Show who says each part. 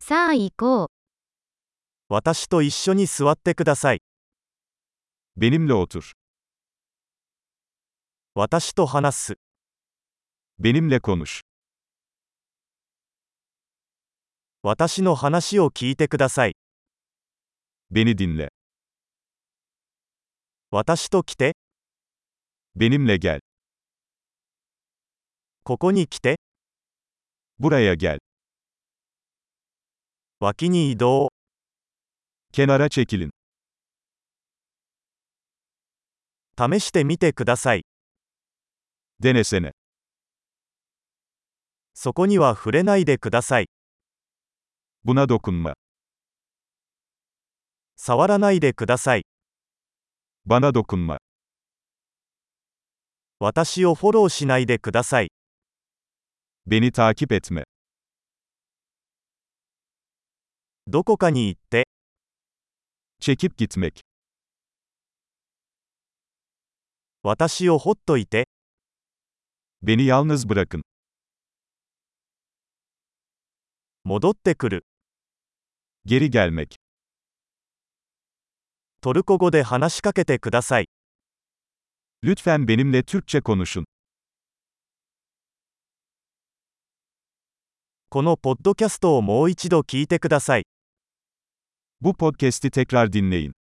Speaker 1: さあ行こう。
Speaker 2: 私と一緒に座ってください。
Speaker 3: Benimle otur.
Speaker 2: 私と話す。
Speaker 3: Benimle konuş.
Speaker 2: 私の話を聞いてください。
Speaker 3: Beni dinle.
Speaker 2: 私と来て、
Speaker 3: Benimle gel.
Speaker 2: ここに来て、
Speaker 3: Buraya gel.
Speaker 2: 脇に移動、
Speaker 3: Kenara çekilin.
Speaker 2: 試してみてください。
Speaker 3: Denesene.
Speaker 2: そこには触れないでください。
Speaker 3: Buna dokunma.
Speaker 2: 触らないでください。
Speaker 3: Bana dokunma.
Speaker 2: 私をフォローしないでください。
Speaker 3: Beni takip etme.
Speaker 2: どこかに行って、
Speaker 3: Çekip gitmek.
Speaker 2: 私をほっといて、
Speaker 3: Beni yalnız bırakın.
Speaker 2: 戻ってくる。
Speaker 3: Geri gelmek.
Speaker 2: トルコ語で話しかけてください。
Speaker 3: Lütfen benimle Türkçe konuşun.
Speaker 2: このポッドキャストをもう一度聞いてください。
Speaker 3: Bu podcast'i tekrar dinleyin.